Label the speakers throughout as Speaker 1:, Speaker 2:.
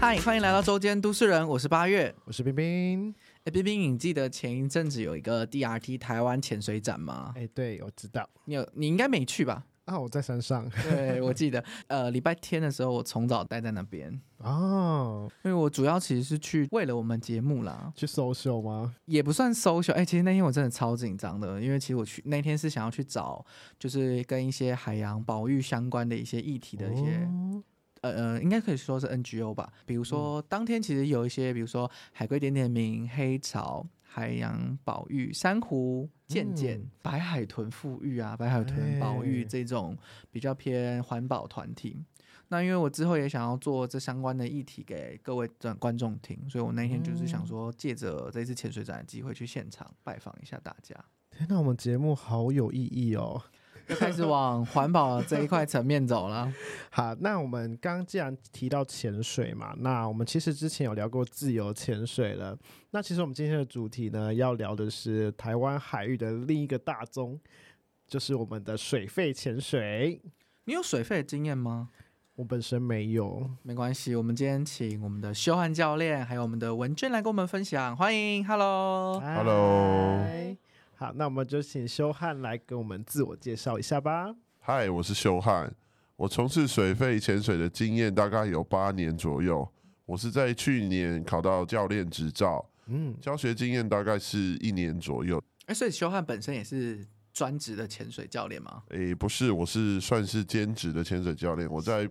Speaker 1: 嗨，欢迎来到周间都市人，我是八月。
Speaker 2: 我是冰冰，
Speaker 1: 哎，冰冰，你记得前一阵子有一个 DRT 台湾潜水展吗？
Speaker 2: 哎、对，我知道
Speaker 1: 你有，你应该没去 吧？
Speaker 2: 啊，我在山上
Speaker 1: 对，我记得，呃，礼拜天的时候，我从早待在那边，
Speaker 2: 哦，
Speaker 1: 因为我主要其实是去为了我们节目啦，
Speaker 2: 去 social 吗？
Speaker 1: 也不算 social。哎、其实那天我真的超紧张的，因为其实我去那天是想要去找，就是跟一些海洋保育相关的一些议题的一些，
Speaker 2: 哦
Speaker 1: 呃呃，应该可以说是 NGO 吧。比
Speaker 2: 嗯
Speaker 1: 如说、当天其实有一些，比如说海龟点点名、黑潮、海洋保育、珊瑚。渐渐
Speaker 2: 嗯，
Speaker 1: 白海豚富裕啊，白海豚保育
Speaker 2: 哎
Speaker 1: 这种比较偏环保团体，那因为我之后也想要做这相关的议题给各位观观众听，所以我那天就是想
Speaker 2: 嗯
Speaker 1: 说，借着这次潜水展的机会去现场拜访一下大家，
Speaker 2: 天哪，我们节目好有意义哦。
Speaker 1: 就开始往环保这一块层面走了。
Speaker 2: 好，那我们刚既然提到潜水嘛，那我们其实之前有聊过自由潜水了。那其实我们今天的主题呢，要聊的是台湾海域的另一个大宗，就是我们的水肺潜水。
Speaker 1: 你有水费的经验吗？
Speaker 2: 我本身没有，
Speaker 1: 没关系，我们今天请我们的修汉教练，还有我们的文娟来跟我们分享，欢迎，Hello。
Speaker 3: Hello
Speaker 2: 嗨好，那我们就请修汉来跟我们自我介绍一下吧。
Speaker 3: 嗨，我是修汉，我从事水肺潜水的经验大概有八年左右。我是在去年考到教练执照，
Speaker 2: 嗯，
Speaker 3: 教学经验大概是一年左右。
Speaker 1: 哎，所以修汉本身也是专职的潜水教练吗？
Speaker 3: 诶，不是，我是算是兼职的潜水教练，我在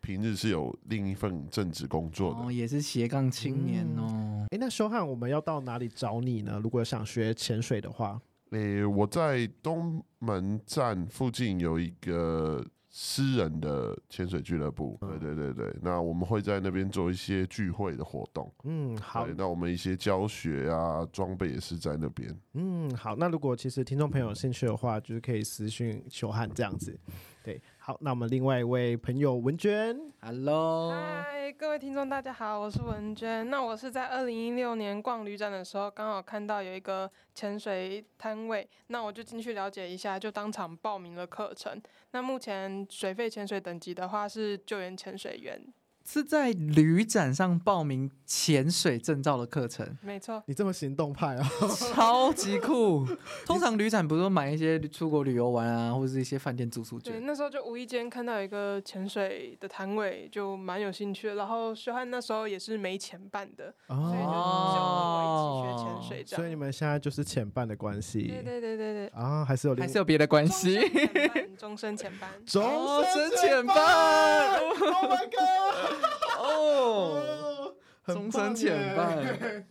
Speaker 3: 平日是有另一份正职工作的。
Speaker 1: 哦，也是斜杠青年
Speaker 2: 嗯
Speaker 1: 哦。
Speaker 2: 诶，那修汉，我们要到哪里找你呢？如果想学潜水的话，
Speaker 3: 诶，我在东门站附近有一个私人的潜水俱乐部，对
Speaker 2: 嗯
Speaker 3: 对对对。那我们会在那边做一些聚会的活动。
Speaker 2: 嗯，好
Speaker 3: 对，，那我们一些教学啊，装备也是在那边。
Speaker 2: 嗯，好，那如果其实听众朋友有兴趣的话，就是可以私讯修汉这样子。对，好，那我们另外一位朋友文娟，
Speaker 1: Hello，
Speaker 2: 哦
Speaker 4: 嗨，各位听众，大家好，我是文娟。那我是在二零一六年逛旅展的时候，刚好看到有一个潜水摊位，那我就进去了解一下，就当场报名了课程。那目前水肺潜水等级的话是救援潜水员，，
Speaker 1: 是在旅展上报名潜水证照的课程
Speaker 4: 没错。
Speaker 2: 你这么行动派啊？
Speaker 1: 超级 酷。通常旅展不是都买一些出国旅游玩啊，或者是一些饭店住宿
Speaker 4: 对，
Speaker 1: 券？
Speaker 4: 那时候就无意间看到一个潜水的摊位，就蛮有兴趣的。然后薛汉那时候也是没钱办的，所以就就
Speaker 1: 哦
Speaker 4: 我一起学潜水这
Speaker 2: 所以你
Speaker 4: 样。
Speaker 2: 们现在就是前半的关系，
Speaker 4: 对对对对 对，
Speaker 2: 啊，还是有
Speaker 1: 还
Speaker 2: 另
Speaker 1: 是有别的关
Speaker 4: 终
Speaker 1: 系？
Speaker 4: 身潜伴，终身前班。
Speaker 2: 终
Speaker 1: 哦
Speaker 2: 身
Speaker 1: 深潜
Speaker 2: 伴
Speaker 1: 伴
Speaker 2: ，Oh my god，
Speaker 1: 哦，
Speaker 2: 哦很
Speaker 1: 终
Speaker 2: 棒
Speaker 1: 身潜
Speaker 2: 耶
Speaker 1: 伴。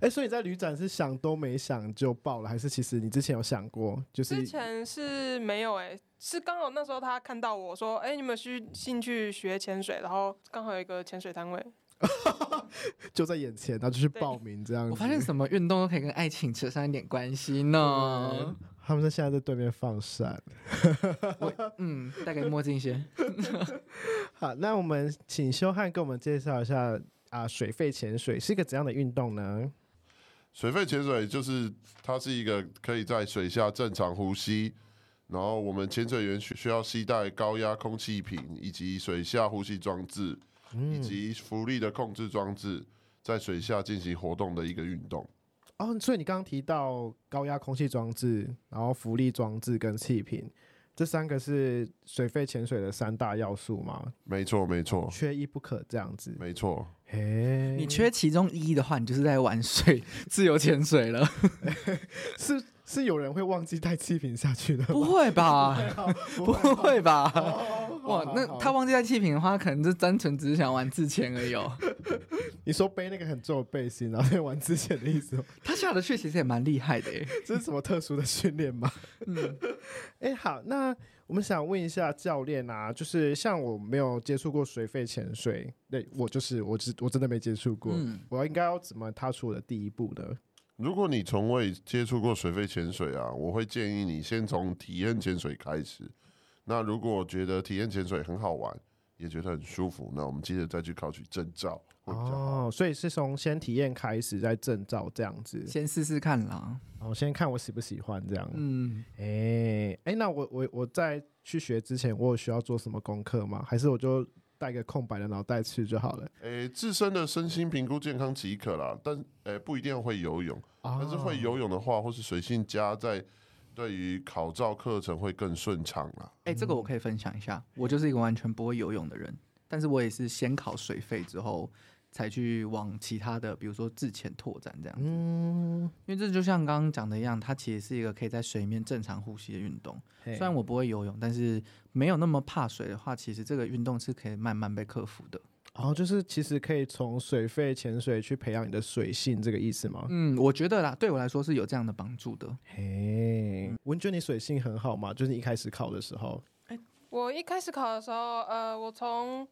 Speaker 2: 哎、所以你在旅展是想都没想就报了，还是其实你之前有想过？就是
Speaker 4: 之前是没有哎、是刚好那时候他看到我说，哎、你们需兴趣学潜水，然后刚好有一个潜水摊位，
Speaker 2: 就在眼前，然后就去
Speaker 4: 对
Speaker 2: 报名这样子。
Speaker 1: 我发现什么运动都可以跟爱情扯上一点关系呢？
Speaker 2: 他们在现在在对面放闪。
Speaker 1: 嗯，戴个墨镜先。
Speaker 2: 好，那我们请修汉给我们介绍一下啊、水肺潜水是一个怎样的运动呢？
Speaker 3: 水肺潜水就是它是一个可以在水下正常呼吸，然后我们潜水员需需要携带高压空气瓶以及水下呼吸装置，
Speaker 2: 嗯
Speaker 3: 以及浮力的控制装置，在水下进行活动的一个运动。
Speaker 2: 哦，所以你刚刚提到高压空气装置，然后浮力装置跟气瓶，这三个是水肺潜水的三大要素嘛，
Speaker 3: 没错，没错，
Speaker 2: 缺一不可这样子。
Speaker 3: 没错。
Speaker 2: 嘿，
Speaker 1: 哦你缺其中一的话，你就是在玩水、自由潜水了。
Speaker 2: 是是有人会忘记带气瓶下去的吗？哦
Speaker 1: 不会吧？不会吧？
Speaker 2: 哦好
Speaker 1: 哇
Speaker 2: 好，
Speaker 1: 那
Speaker 2: 好
Speaker 1: 他忘记带气瓶的话，可能就单纯只是想玩自潜而已、哦。
Speaker 2: 你你说背那个很重的背心，然后在玩之前的意思吗？
Speaker 1: 他下的血其实也蛮厉害的耶，
Speaker 2: 这是什么特殊的训练吗？
Speaker 1: 嗯，
Speaker 2: 哎，好，那我们想问一下教练啊，就是像我没有接触过水肺潜水，对我就是我只我真的没接触过，
Speaker 1: 嗯
Speaker 2: 我应该要怎么踏出我的第一步呢？
Speaker 3: 如果你从未接触过水肺潜水啊，我会建议你先从体验潜水开始。那如果觉得体验潜水很好玩，也觉得很舒服，那我们接着再去考取证照会比较好。
Speaker 2: 哦，所以是从先体验开始，再证照这样子，
Speaker 1: 先试试看啦。
Speaker 2: 哦，先看我喜不喜欢这样。
Speaker 1: 嗯，
Speaker 2: 哎、哎、那我我我在去学之前，我有需要做什么功课吗？还是我就带个空白的脑袋去就好了？
Speaker 3: 诶、自身的身心评估健康即可啦，但诶、不一定会游泳，
Speaker 2: 哦
Speaker 3: 哦但是会游泳的话，或是水性加在对于考照课程会更顺畅啦。
Speaker 1: 哎、这个
Speaker 2: 嗯
Speaker 1: 我可以分享一下，我就是一个完全不会游泳的人，但是我也是先考水费之后。才去往其他的，比如说自潜拓展这样，
Speaker 2: 嗯，
Speaker 1: 因为这就像刚刚讲的一样，它其实是一个可以在水面正常呼吸的运动。
Speaker 2: 嘿
Speaker 1: 虽然我不会游泳，但是没有那么怕水的话，其实这个运动是可以慢慢被克服的。
Speaker 2: 哦，就是其实可以从水肺潜水去培养你的水性，这个意思吗？
Speaker 1: 嗯，我觉得啦，对我来说是有这样的帮助的。
Speaker 4: 嗯
Speaker 2: 嘿，文娟，你水性很好吗？就是你一开始考的时候，
Speaker 4: 我一开始考的时候，呃，我从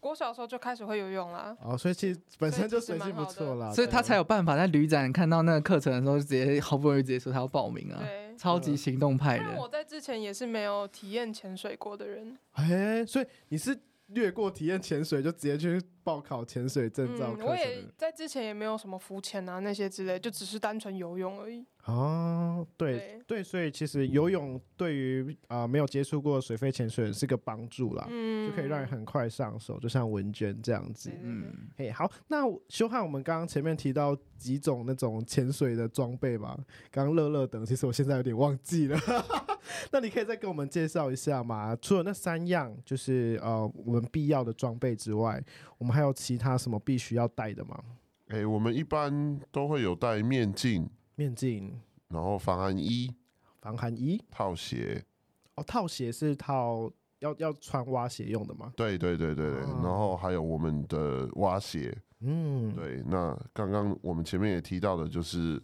Speaker 4: 国小的时候就开始会游泳啦。
Speaker 2: 哦，所以其实本身就水性不
Speaker 4: 所以其实
Speaker 2: 错
Speaker 4: 蛮
Speaker 2: 啦，
Speaker 1: 所以他
Speaker 2: 对
Speaker 1: 才有办法在旅展看到那个课程的时候，直接 好不容易直接说他要报名啊，
Speaker 4: 对，
Speaker 1: 超
Speaker 2: 嗯
Speaker 1: 级行动派
Speaker 4: 但我
Speaker 1: 的。
Speaker 4: 在之前也是没有体验潜水过的人。
Speaker 2: 哎，所以你是略过体验潜水就直接去报考潜水证照
Speaker 4: 嗯，
Speaker 2: 课
Speaker 4: 我
Speaker 2: 程
Speaker 4: 也
Speaker 2: 的
Speaker 4: 在之前也没有什么浮潜啊那些之类，就只是单纯游泳而已。
Speaker 2: 哦，对
Speaker 4: 对，
Speaker 2: 对，所以其实游泳对于啊、呃没有接触过水肺潜水的是个帮助啦，
Speaker 4: 嗯，
Speaker 2: 啊就可以让你很快上手，就像文娟这样子
Speaker 4: 对。对对
Speaker 1: 嗯，
Speaker 2: 嘿，好，那我修汉，我们刚刚前面提到几种那种潜水的装备吧，刚刚乐乐等，其实我现在有点忘记了。 那你可以再给我们介绍一下吗？除了那三样，就是呃我们必要的装备之外，我们还有其他什么必须要带的吗？
Speaker 3: 诶、我们一般都会有戴面镜，
Speaker 2: 面镜、
Speaker 3: 然后防寒衣、
Speaker 2: 防寒衣，
Speaker 3: 套鞋，
Speaker 2: 哦，套鞋是套要要穿蛙鞋用的吗？
Speaker 3: 对对对对对，
Speaker 2: 哦
Speaker 3: 然后还有我们的蛙鞋，
Speaker 2: 嗯，，
Speaker 3: 对，那刚刚我们前面也提到的，就是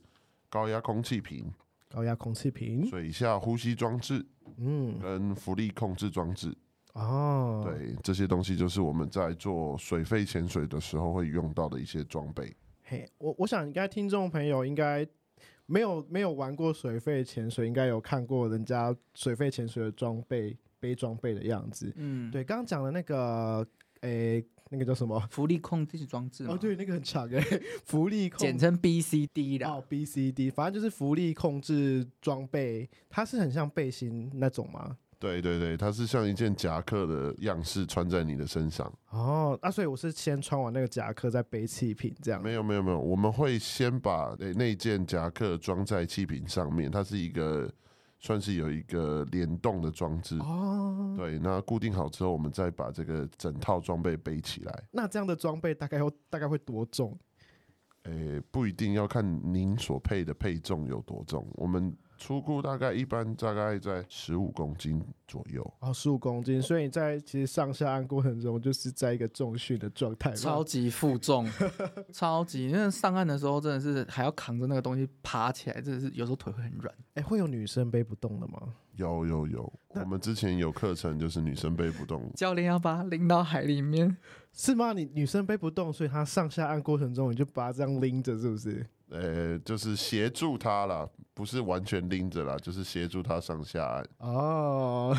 Speaker 3: 高压空气瓶、
Speaker 2: 高压空气瓶，
Speaker 3: 水下呼吸装置
Speaker 2: 嗯，
Speaker 3: 跟浮力控制装置，
Speaker 2: 哦，，
Speaker 3: 对，这些东西就是我们在做水肺潜水的时候会用到的一些装备。
Speaker 2: 嘿，我我想应该听众朋友应该没有没有玩过水肺潜水，应该有看过人家水肺潜水的装备背装备的样子。
Speaker 1: 嗯，
Speaker 2: 对，刚刚讲的那个，诶、那个叫什么？
Speaker 1: 浮力控制装置嘛，
Speaker 2: 哦，，对，那个很长诶、浮力控
Speaker 1: 简称 BCD 啦
Speaker 2: 哦。B C D，反正就是浮力控制装备，它是很像背心那种吗？
Speaker 3: 对对对，它是像一件夹克的样式穿在你的身上。
Speaker 2: 哦，那、所以我是先穿完那个夹克，再背气瓶这样。
Speaker 3: 没有没有没有，我们会先把那那件夹克装在气瓶上面，它是一个算是有一个联动的装置。
Speaker 2: 哦，
Speaker 3: 对，那固定好之后，我们再把这个整套装备背起来。
Speaker 2: 那这样的装备大概会大概会多重？
Speaker 3: 诶、不一定要看您所配的配重有多重，我们出估大概一般大概在十五公斤左右。
Speaker 2: 哦，十五公斤，所以在其实上下岸过程中，就是在一个重训的状态嘛。
Speaker 1: 超级负 重，超级，因为上岸的时候真的是还要扛着那个东西爬起来，真的是有时候腿会很软。
Speaker 2: 哎、会有女生背不动的吗？
Speaker 3: 有有有，
Speaker 2: 那
Speaker 3: 我们之前有课程就是女生背不动，
Speaker 1: 教练要把它拎到海里面，
Speaker 2: 是吗？你女生背不动，所以她上下岸过程中，你就把她这样拎着，是不是？
Speaker 3: 呃、就是协助她啦，不是完全拎着啦，就是协助她上下岸。
Speaker 2: 哦，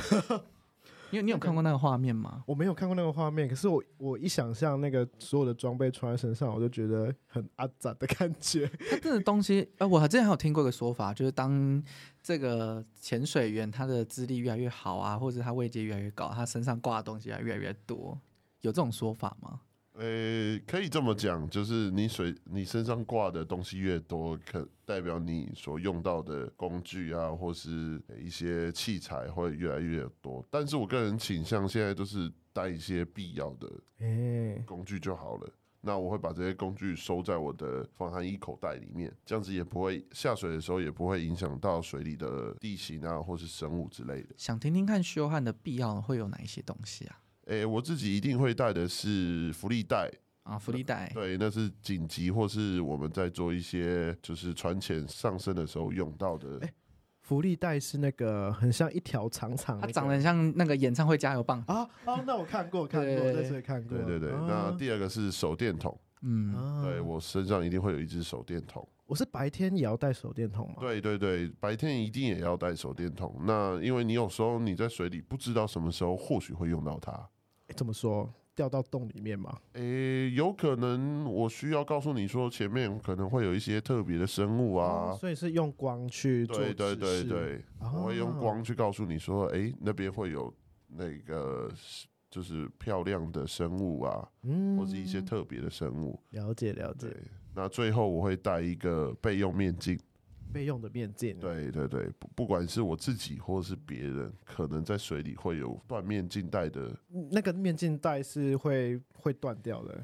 Speaker 1: 你有你有看过那个画面 吗？
Speaker 2: 我没有看过那个画面，可是我我一想象那个所有的装备穿在身上，我就觉得很阿杂的感觉。
Speaker 1: 它这个东西，呃，我之前还有听过一个说法，就是当这个潜水员他的资历越来越好啊，或者他位阶越来越高，他身上挂的东西啊越来越多，有这种说法吗？
Speaker 3: 呃、可以这么讲，就是你水你身上挂的东西越多，可代表你所用到的工具啊，或是一些器材会越来越多。但是我个人倾向现在都是带一些必要的
Speaker 2: 哎、
Speaker 3: 工具就好了。那我会把这些工具收在我的防寒衣口袋里面，这样子也不会下水的时候也不会影响到水里的地形啊，或是生物之类的。
Speaker 1: 想听听看修汉的必要会有哪一些东西啊？
Speaker 3: 诶、我自己一定会带的是浮力带，
Speaker 1: 啊，浮力带，
Speaker 3: 对，那是紧急或是我们在做一些就是船潜上升的时候用到的。
Speaker 2: 哎福利带是那个很像一条长长、那
Speaker 1: 它
Speaker 2: 个
Speaker 1: 长得很像那个演唱会加油棒，
Speaker 2: 啊哦，那我看过看过，
Speaker 1: 对
Speaker 2: 在这里看过，
Speaker 3: 对对对，那
Speaker 2: 啊
Speaker 3: 第二个是手电筒，
Speaker 1: 嗯，
Speaker 2: 啊
Speaker 3: 对我身上一定会有一只手电筒。
Speaker 2: 我是白天也要带手电筒嘛，，
Speaker 3: 对对对，白天一定也要带手电筒。那因为你有时候你在水里不知道什么时候或许会用到它。
Speaker 2: 怎么说掉到洞里面嘛，
Speaker 3: 诶，有可能我需要告诉你说，前面可能会有一些特别的生物啊
Speaker 2: 哦，所以是用光去做
Speaker 3: 对
Speaker 2: 指
Speaker 3: 对对
Speaker 2: 示，
Speaker 3: 对，
Speaker 2: 哦
Speaker 3: 我会用光去告诉你说，诶，那边会有那个就是漂亮的生物啊，
Speaker 2: 嗯
Speaker 3: 或是一些特别的生物。
Speaker 2: 了解了解
Speaker 3: 对，那最后我会带一个备用面镜。
Speaker 2: 备用的面镜，，
Speaker 3: 对对对，不不管是我自己或是别人，可能在水里会有断面镜带的，
Speaker 2: 那个面镜带是会会断掉的，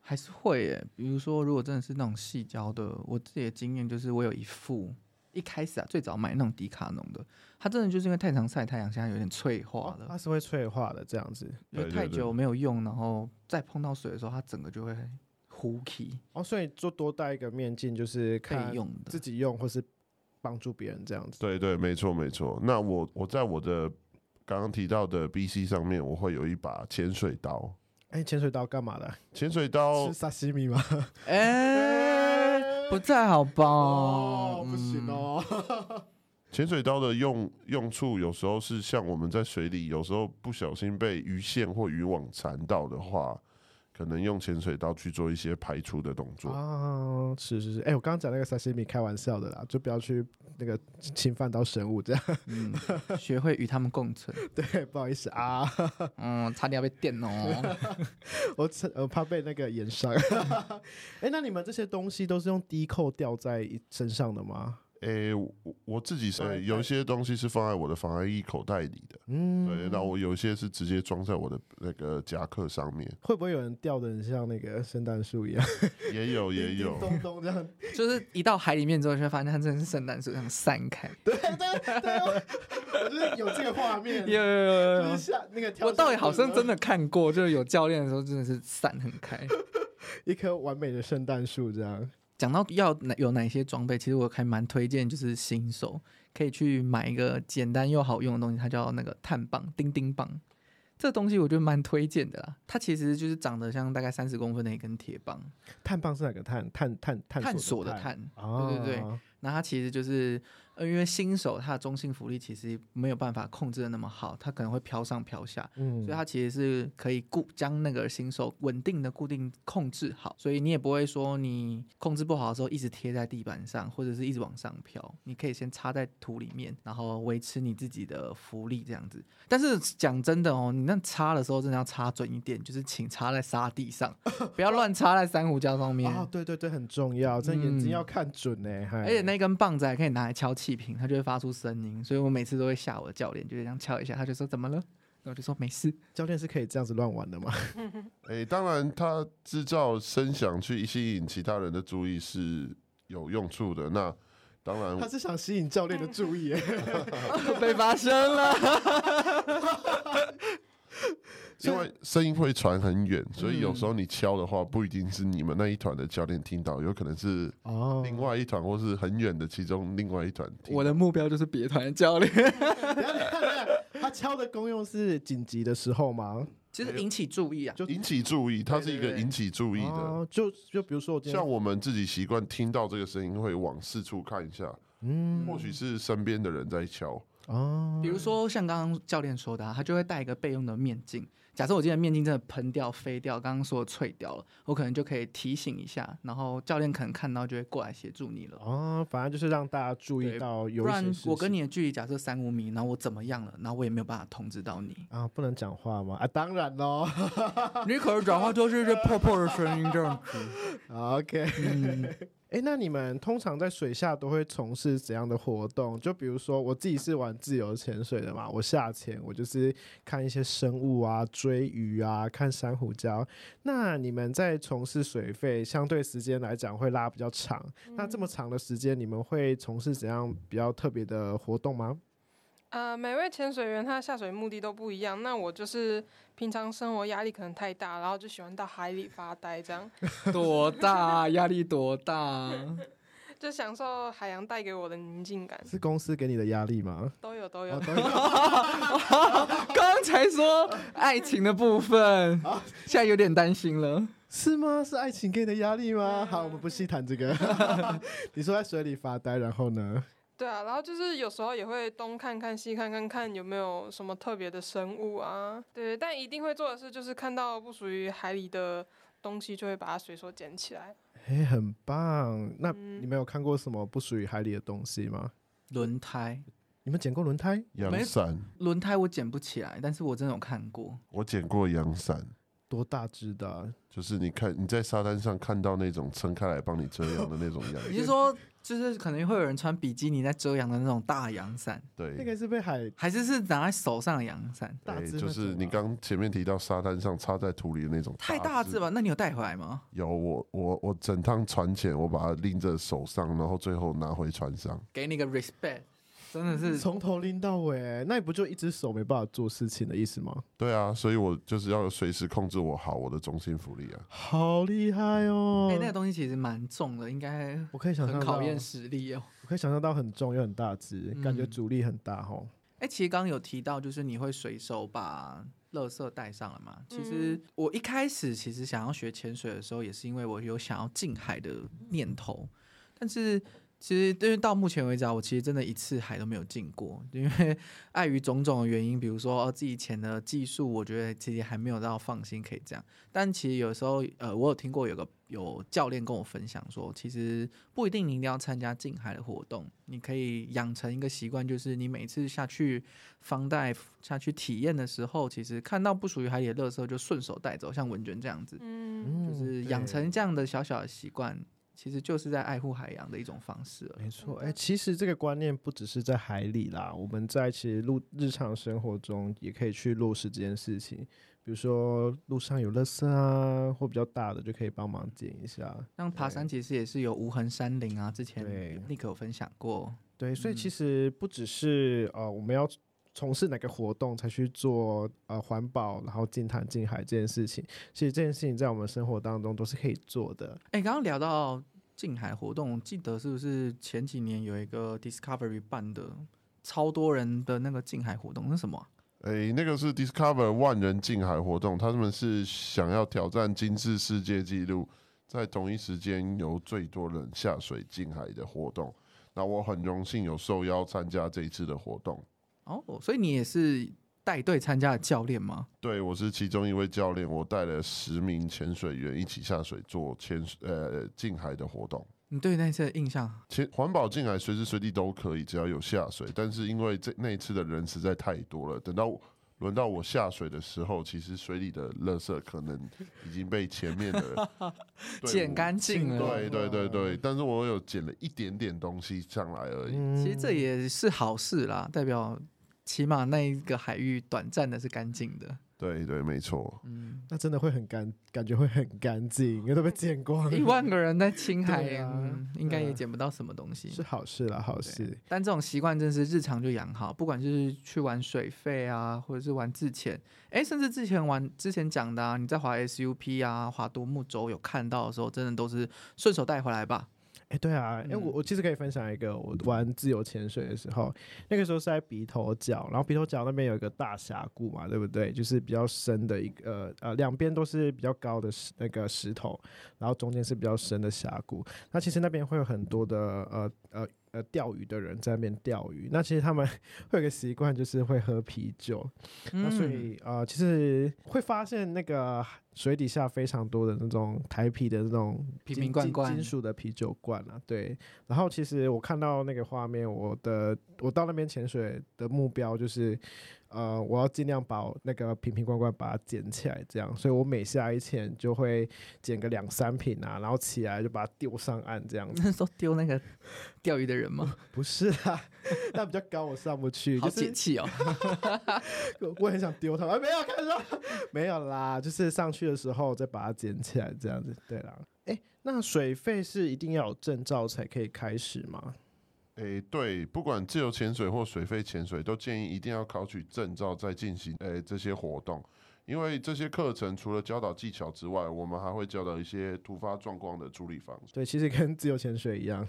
Speaker 1: 还是会耶。比如说，如果真的是那种细胶的，我自己的经验就是，我有一副一开始啊，最早买那种迪卡侬的，它真的就是因为太常晒太阳，现在有点脆化
Speaker 2: 哦
Speaker 1: 了，
Speaker 2: 它是会脆化的这样子，
Speaker 1: 因为
Speaker 3: 对对
Speaker 1: 太
Speaker 3: 对
Speaker 1: 久没有用，然后再碰到水的时候，它整个就会糊起，
Speaker 2: 哦，所以就多带一个面镜，就是
Speaker 1: 备
Speaker 2: 看
Speaker 1: 用
Speaker 2: 自
Speaker 1: 的。
Speaker 2: 己用或是帮助别人这样子。
Speaker 3: 对对，没错没错。那我我在我的刚刚提到的 B C 上面，我会有一把潜水刀，
Speaker 2: 哎，潜水刀干嘛的？
Speaker 3: 潜水刀
Speaker 2: 吃，沙西米吗？
Speaker 1: 哎、不太好吧？
Speaker 2: 哦，不行
Speaker 1: 嗯
Speaker 2: 哦。
Speaker 3: 潜水刀的用用处有时候是像我们在水里，有时候不小心被鱼线或渔网缠到的话，可能用潜水刀去做一些排除的动作。
Speaker 2: 啊，是是是，哎、我刚刚讲那个沙西米开玩笑的啦，就不要去那个侵犯到生物，这样
Speaker 1: 嗯，学会与他们共存。
Speaker 2: 对，不好意思啊，
Speaker 1: 嗯，差点要被电哦。
Speaker 2: 我吃我怕被那个盐伤。 哎、那你们这些东西都是用低扣吊在身上的吗？
Speaker 3: 诶、我我自己是、
Speaker 2: 放在
Speaker 3: 有一些东西是放在我的防寒衣口袋里的。
Speaker 2: 嗯，
Speaker 3: 对，那我有一些是直接装在我的那个夹克上面，
Speaker 2: 会不会有人吊的很像那个圣诞树一样，
Speaker 3: 也有也
Speaker 2: 叮
Speaker 3: 有
Speaker 2: 叮，咚咚这样？
Speaker 1: 就是一到海里面之后，就会发现它真的是圣诞树上散开。
Speaker 2: 哦 我就是有这个 画面，
Speaker 1: 有有有
Speaker 2: 就是下那个跳
Speaker 1: 我到底好
Speaker 2: 绳
Speaker 1: 像
Speaker 2: 子
Speaker 1: 真的看过，就是有教练的时候真的是散很开。
Speaker 2: 一棵完美的圣诞树这样。
Speaker 1: 讲到要哪有哪些装备，其实我还蛮推荐，就是新手可以去买一个简单又好用的东西，它叫那个碳棒、钉钉棒。这东西我觉得蛮推荐的啦，它其实就是长得像大概三十公分的一根铁棒，
Speaker 2: 碳棒是哪个碳？碳碳碳
Speaker 1: 探索的
Speaker 2: 的
Speaker 1: 碳。
Speaker 2: 啊，
Speaker 1: 对对对那它其实就是，呃，因为新手他的中性浮力其实没有办法控制的那么好，它可能会飘上飘下，
Speaker 2: 嗯，
Speaker 1: 所以它其实是可以固将那个新手稳定的固定控制好，所以你也不会说你控制不好的时候一直贴在地板上，或者是一直往上飘，你可以先插在土里面，然后维持你自己的浮力这样子。但是讲真的哦，你那插的时候真的要插准一点，就是请插在沙地上，不要乱插在珊瑚礁上 面。
Speaker 2: 啊，对对对，很重要，这眼睛
Speaker 1: 嗯
Speaker 2: 要看准呢、欸。
Speaker 1: 而
Speaker 2: 而
Speaker 1: 且那根棒子还可以拿来敲气瓶，它就会发出声音，所以我每次都会吓我的教练，就是这样敲一下，他就说怎么了？然后我就说没事。
Speaker 2: 教练是可以这样子乱玩的吗？
Speaker 3: 诶、当然它制造声响去吸引其他人的注意是有用处的。那当
Speaker 1: 嗯
Speaker 3: 然
Speaker 2: 他，是想吸引教练的注 意、欸，
Speaker 1: 被发生了，
Speaker 3: 因为声音会传很远，所以有
Speaker 1: 嗯
Speaker 3: 时候你敲的话，不一定是你们那一团的教练听到，有可能是
Speaker 2: 哦
Speaker 3: 另外一团或是很远的其中另外一团听到。
Speaker 1: 我的目标就是别团教练。
Speaker 2: 他敲的功用是紧急的时候吗？
Speaker 1: 其实引起注意啊，
Speaker 2: 就
Speaker 3: 引起注意，它是一
Speaker 1: 对
Speaker 3: 个
Speaker 1: 对对
Speaker 3: 引起注意的。
Speaker 2: 哦，就就比如说我今天
Speaker 3: 像我们自己习惯听到这个声音，会往四处看一下，
Speaker 2: 嗯
Speaker 3: 或许是身边的人在敲。
Speaker 2: 哦，
Speaker 1: 比如说像刚刚教练说的、啊，他就会带一个备用的面镜。假设我今天面镜真的喷掉、飞掉，刚刚说的脆掉了，我可能就可以提醒一下，然后教练可能看到就会过来协助你了。
Speaker 2: 哦，反正就是让大家注意
Speaker 1: 对
Speaker 2: 到有
Speaker 1: 不
Speaker 2: 一
Speaker 1: 然
Speaker 2: 些事
Speaker 1: 我跟
Speaker 2: 情
Speaker 1: 你的距离假设三五米，然后我怎么样了，然后我也没有办法通知到 你。
Speaker 2: 啊不能讲话吗？啊，当然喽。
Speaker 1: 你可能讲话就是这破破的声音这样子。
Speaker 2: OK，
Speaker 1: 嗯，
Speaker 2: 哎、那你们通常在水下都会从事怎样的活动？就比如说，我自己是玩自由潜水的嘛，我下潜我就是看一些生物啊、追鱼啊、看珊瑚礁。那你们在从事水费，相对时间来讲会拉比较长。那这么长的时间，你们会从事怎样比较特别的活动吗？
Speaker 4: 呃，每位潜水员他下水目的都不一样。那我就是平常生活压力可能太大，然后就喜欢到海里发呆，这样
Speaker 1: 多大压力多大？
Speaker 4: 就享受海洋带给我的宁静感。
Speaker 2: 是公司给你的压力吗？
Speaker 4: 都有
Speaker 2: 哦
Speaker 4: 都有，
Speaker 1: 刚才说爱情的部分，现在有点担心了。
Speaker 2: 是吗？是爱情给你的压力吗？好，我们不细谈这个。 你说在水里发呆，然后呢？
Speaker 4: 对啊。然后就是有时候也会东看看西看看，看有没有什么特别的生物啊。对，但一定会做的事就是看到不属于海里的东西，就会把它随手捡起来。
Speaker 2: 哎、很棒。那
Speaker 4: 嗯
Speaker 2: 你们有看过什么不属于海里的东西吗？
Speaker 1: 轮胎，
Speaker 2: 你们捡过轮胎？
Speaker 1: 没
Speaker 3: 阳伞，
Speaker 1: 轮胎我捡不起来，但是我真的有看过。
Speaker 3: 我捡过阳伞，
Speaker 2: 多大只的啊、
Speaker 3: 就是你看你在沙滩上看到那种撑开来帮你遮阳的那种阳
Speaker 1: 你是
Speaker 3: 伞，
Speaker 1: 说，就是可能会有人穿比基尼在遮阳的那种大阳伞，
Speaker 2: 那
Speaker 3: 对。
Speaker 2: 个是被海
Speaker 1: 还是是拿在手上的阳伞？
Speaker 2: 大
Speaker 3: 对，
Speaker 2: 只那种啊、
Speaker 3: 就是你刚前面提到沙滩上插在土里的那种，
Speaker 1: 太大
Speaker 3: 只
Speaker 1: 只吧？那你有带回来吗？
Speaker 3: 有我我我整趟船前，我把它拎着手上，然后最后拿回船上。
Speaker 1: 给你个 respect，真的是
Speaker 2: 从头拎到尾，欸那你不就一只手没办法做事情的意思吗？
Speaker 3: 对啊，所以我就是要随时控制我好我的中心浮力啊。
Speaker 2: 好厉害哦！
Speaker 1: 哎、那个东西其实蛮重的，应该
Speaker 2: 我可以想象
Speaker 1: 很
Speaker 2: 到，
Speaker 1: 考验实力哦。
Speaker 2: 我可以想象到很重又很大只，感觉
Speaker 1: 嗯
Speaker 2: 阻力很大哦吼。
Speaker 1: 哎、其实刚刚有提到，就是你会随手把垃圾带上了嘛？其实
Speaker 4: 嗯
Speaker 1: 我一开始其实想要学潜水的时候，也是因为我有想要近海的念头，但是。其实，对于到目前为止啊，我其实真的一次海都没有进过，因为碍于种种的原因，比如说、哦、自己以前的技术，我觉得其实还没有到放心可以这样。但其实有时候，呃，我有听过有个有教练跟我分享说，其实不一定你一定要参加近海的活动，你可以养成一个习惯，就是你每次下去方带下去体验的时候，其实看到不属于海里的垃圾就顺手带走，像文娟这样子，
Speaker 4: 嗯，
Speaker 2: 嗯
Speaker 1: 就是养成这样的小小的习惯，其实就是在爱护海洋的一种方式了。
Speaker 2: 没错，
Speaker 4: 真
Speaker 2: 哎、
Speaker 4: 的
Speaker 2: 其实这个观念不只是在海里啦，我们在其实路日常生活中也可以去落实这件事情。比如说路上有垃圾啊，或比较大的就可以帮忙捡一下。
Speaker 1: 像爬山其实也是有无痕山林啊，之前
Speaker 2: 对
Speaker 1: Nick 有分享过，
Speaker 2: 对，所以
Speaker 1: 嗯
Speaker 2: 其实不只是呃，我们要从事哪个活动才去做呃环保，然后近滩近海这件事情，其实这件事情在我们生活当中都是可以做的。
Speaker 1: 哎、刚刚聊到近海活动，记得是不是前几年有一个 Discovery 办的超多人的那个近海活动？那是什么啊、
Speaker 3: 诶，那个是 Discover 万人近海活动，他们是想要挑战金氏世界纪录，在同一时间由最多人下水近海的活动。那我很荣幸有受邀参加这一次的活动。
Speaker 1: 哦，所以你也是带队参加的教练吗？
Speaker 3: 对，我是其中一位教练，我带了十名潜水员一起下水做潜水呃近海的活动。
Speaker 1: 你对那次的印象
Speaker 3: 其实环保进来随时随地都可以，只要有下水。但是因为这那一次的人实在太多了，等到轮到我下水的时候，其实水里的垃圾可能已经被前面的 队伍
Speaker 1: 捡干净了
Speaker 3: 对对对对，但是我有捡了一点点东西上来而已。
Speaker 2: 嗯
Speaker 1: 其实这也是好事啦，代表起码那一个海域短暂的是干净的。
Speaker 3: 对对，没错。
Speaker 1: 嗯，
Speaker 2: 那真的会很干，感觉会很干净，因 为都被见光
Speaker 1: 一
Speaker 2: 了，
Speaker 1: 万个人在青海，
Speaker 2: 对啊
Speaker 1: 嗯应该也
Speaker 2: 嗯
Speaker 1: 捡不到什么东西。
Speaker 2: 是好事啦，好
Speaker 1: 对
Speaker 2: 事。
Speaker 1: 但这种习惯真是日常就养好，不管就是去玩水费啊，或者是玩自潜，哎，甚至之前玩之前讲的啊，你在滑 SUP 啊、滑独木舟有看到的时候，真的都是顺手带回来吧。
Speaker 2: 哎、对啊，哎、我
Speaker 1: 嗯
Speaker 2: 我其实可以分享一个，我玩自由潜水的时候，那个时候是在鼻头角，然后鼻头角那边有一个大峡谷嘛，对不对？就是比较深的一个呃呃，两边都是比较高的石那个石头，然后中间是比较深的峡谷。那其实那边会有很多的呃呃呃钓鱼的人在那边钓鱼。那其实他们 会有个习惯，就是会喝啤酒。那所
Speaker 1: 嗯
Speaker 2: 以呃，其实会发现那个水底下非常多的那种台啤的那种
Speaker 1: 瓶
Speaker 2: 金
Speaker 1: 瓶罐
Speaker 2: 金
Speaker 1: 罐
Speaker 2: 金属的啤酒罐啊，对。然后其实我看到那个画面，我的我到那边潜水的目标就是，呃，我要尽量把我那个瓶瓶罐罐把它捡起来，这样。所以我每下一潜就会捡个两三瓶啊，然后起来就把它丢上岸这样 子。
Speaker 1: 那时候丢那个 钓鱼的人吗？
Speaker 2: 不是啊，那比较高我上不去，
Speaker 1: 好
Speaker 2: 就
Speaker 1: 解
Speaker 2: 是
Speaker 1: 气哦。
Speaker 2: 我我很想丢它，哎，没有，看到没有啦，就是上去的时候再把它捡起来，这样子，对啦。哎，那水费是一定要有证照才可以开始吗？
Speaker 3: 诶，对，不管自由潜水或水肺潜水，都建议一定要考取证照再进行诶这些活动，因为这些课程除了教导技巧之外，我们还会教导一些突发状况的处理方式。
Speaker 2: 对，其实跟自由潜水一样，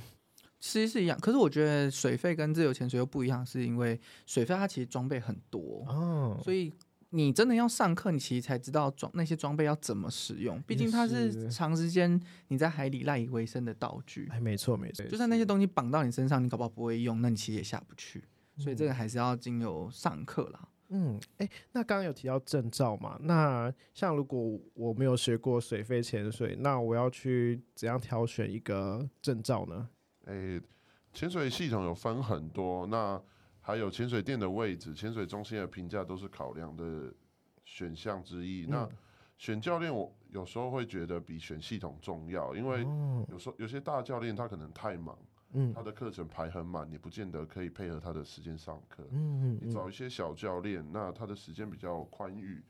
Speaker 1: 其实是一样，可是我觉得水费跟自由潜水又不一样，是因为水费它其实装备很多，
Speaker 2: 哦，
Speaker 1: 所以你真的要上课，你其实才知道装那些装备要怎么使用。毕竟它
Speaker 2: 是
Speaker 1: 是长时间你在海里赖以为生的道具，
Speaker 2: 哎，没错没错，
Speaker 1: 就算那些东西绑到你身上，你搞不好不会用，那你其实也下不去。所以这
Speaker 2: 嗯
Speaker 1: 个还是要经由上课 啦。
Speaker 2: 嗯，哎，那刚刚有提到证照嘛？那像如果我没有学过水肺潜水，那我要去怎样挑选一个证照呢？
Speaker 3: 诶，潜水系统有分很多，那还有潜水店的位置、潜水中心的评价都是考量的选项之一。那选教练，我有时候会觉得比选系统重要，因为
Speaker 2: 哦，
Speaker 3: 有时候有些大教练他可能太忙，
Speaker 2: 嗯
Speaker 3: 他
Speaker 2: 嗯
Speaker 3: 的课程排很满，你不见得可以配合他的时间上课。
Speaker 2: 嗯
Speaker 3: 你找一些小教练，那他的时间比较宽裕，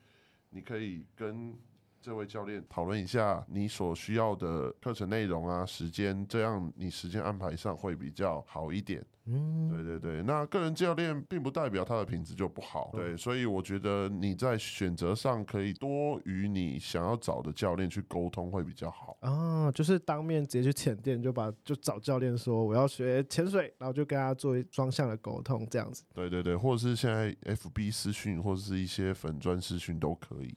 Speaker 3: 你可以跟这位教练讨论一下你所需要的课程内容啊、时间，这样你时间安排上会比较好一点。
Speaker 2: 嗯
Speaker 3: 对对对，那个人教练并不代表他的品质就不好，
Speaker 2: 嗯
Speaker 3: 对，所以我觉得你在选择上可以多与你想要找的教练去沟通会比较好。
Speaker 2: 哦，就是当面直接去潜店，就把就找教练说我要学潜水，然后就跟他做一双向的沟通，这样子。
Speaker 3: 对对对，或者是现在 FB 私讯或者是一些粉砖私讯都可以，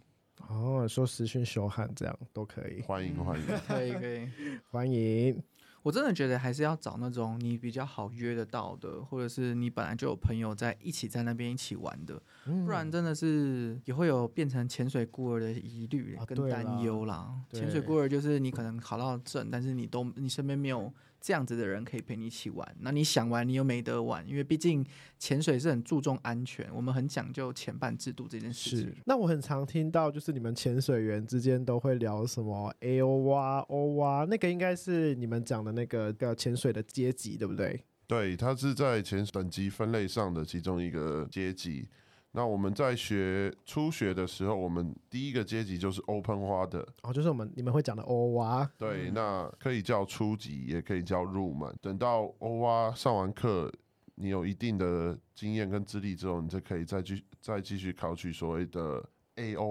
Speaker 2: 哦，说实训修汉这样都可以，
Speaker 3: 欢迎欢迎。
Speaker 1: 可以可以，
Speaker 2: 欢迎。
Speaker 1: 我真的觉得还是要找那种你比较好约得到的，或者是你本来就有朋友在一起在那边一起玩的，
Speaker 2: 嗯
Speaker 1: 不然真的是也会有变成潜水孤儿的疑虑
Speaker 2: 啊
Speaker 1: 跟
Speaker 2: 对
Speaker 1: 担
Speaker 2: 啦
Speaker 1: 忧啦。
Speaker 2: 对
Speaker 1: 潜水孤儿就是你可能考到证，但是你都你身边没有这样子的人可以陪你一起玩，那你想玩你又没得玩，因为毕竟潜水是很注重安全，我们很讲究潜伴制度这件事
Speaker 2: 是
Speaker 1: 情。，
Speaker 2: 那我很常听到，就是你们潜水员之间都会聊什么 A O 啊 O 啊，那个应该是你们讲的那个个潜水的阶级，对不对？
Speaker 3: 对，它是在前等级分类上的其中一个阶级。那我们在学初学的时候，我们第一个阶级就是 Open Water，
Speaker 2: 哦，就是我们你们会讲的 O 啊，
Speaker 3: 对，那可以叫初级，也可以叫入门。等到 OWA 上完课，你有一定的经验跟资历之后，你就可以再去再继续考取所谓的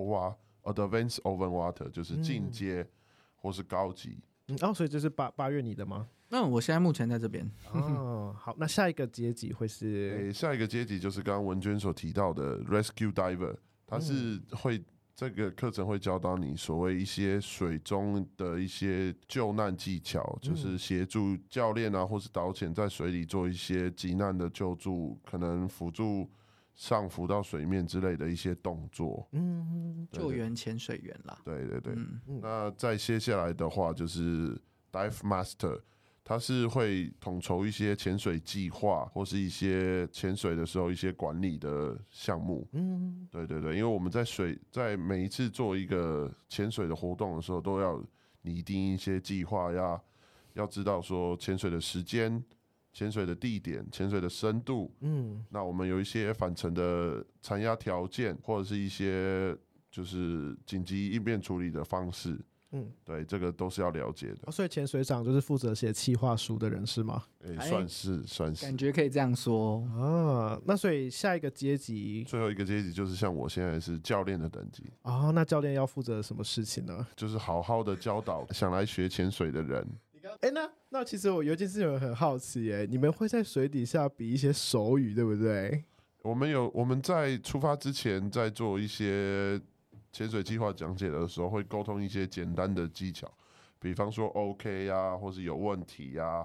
Speaker 3: AOWA（Advanced Open Water），就是进
Speaker 2: 嗯
Speaker 3: 阶或是高级。
Speaker 2: 嗯，哦，所以这是八八月你的吗？
Speaker 1: 那我现在目前在这边，
Speaker 2: 哦，好，那下一个阶级会是
Speaker 3: 诶，下一个阶级就是刚刚文娟所提到的 Rescue Diver，它
Speaker 1: 嗯
Speaker 3: 是会、这个课程会教导你所谓一些水中的一些救难技巧，
Speaker 1: 嗯
Speaker 3: 就是协助教练啊或是导潜在水里做一些急难的救助，可能辅助上浮到水面之类的一些动作。
Speaker 2: 嗯，
Speaker 3: 对
Speaker 1: 救。援潜水员啦。
Speaker 3: 对对对，
Speaker 1: 嗯，
Speaker 3: 那再接下来的话就是 Dive Master，他是会统筹一些潜水计划或是一些潜水的时候一些管理的项目。
Speaker 2: 嗯，
Speaker 3: 对对对，因为我们在水在每一次做一个潜水的活动的时候，都要拟定一些计划呀，要知道说潜水的时间、潜水的地点、潜水的深度，
Speaker 2: 嗯，
Speaker 3: 那我们有一些返程的残压条件，或者是一些就是紧急应变处理的方式。
Speaker 2: 嗯，
Speaker 3: 对，这个都是要了解的。
Speaker 2: 哦，所以潜水长就是负责写企划书的人是吗？
Speaker 3: 诶、
Speaker 1: 哎
Speaker 3: 算是算
Speaker 1: 感
Speaker 3: 是。
Speaker 1: 觉可以这样说。
Speaker 2: 啊，那所以下一个阶级
Speaker 3: 最后一个阶级就是像我现在是教练的等级，
Speaker 2: 哦，那教练要负责什么事情呢？
Speaker 3: 就是好好的教导想来学潜水的人。
Speaker 2: 哎、那那其实我有一件事情我很好奇、哎，你们会在水底下比一些手语，对不对？
Speaker 3: 我们有我们在出发之前，在做一些潜水计划讲解的时候，会沟通一些简单的技巧，比方说 OK 呀、或是有问题呀、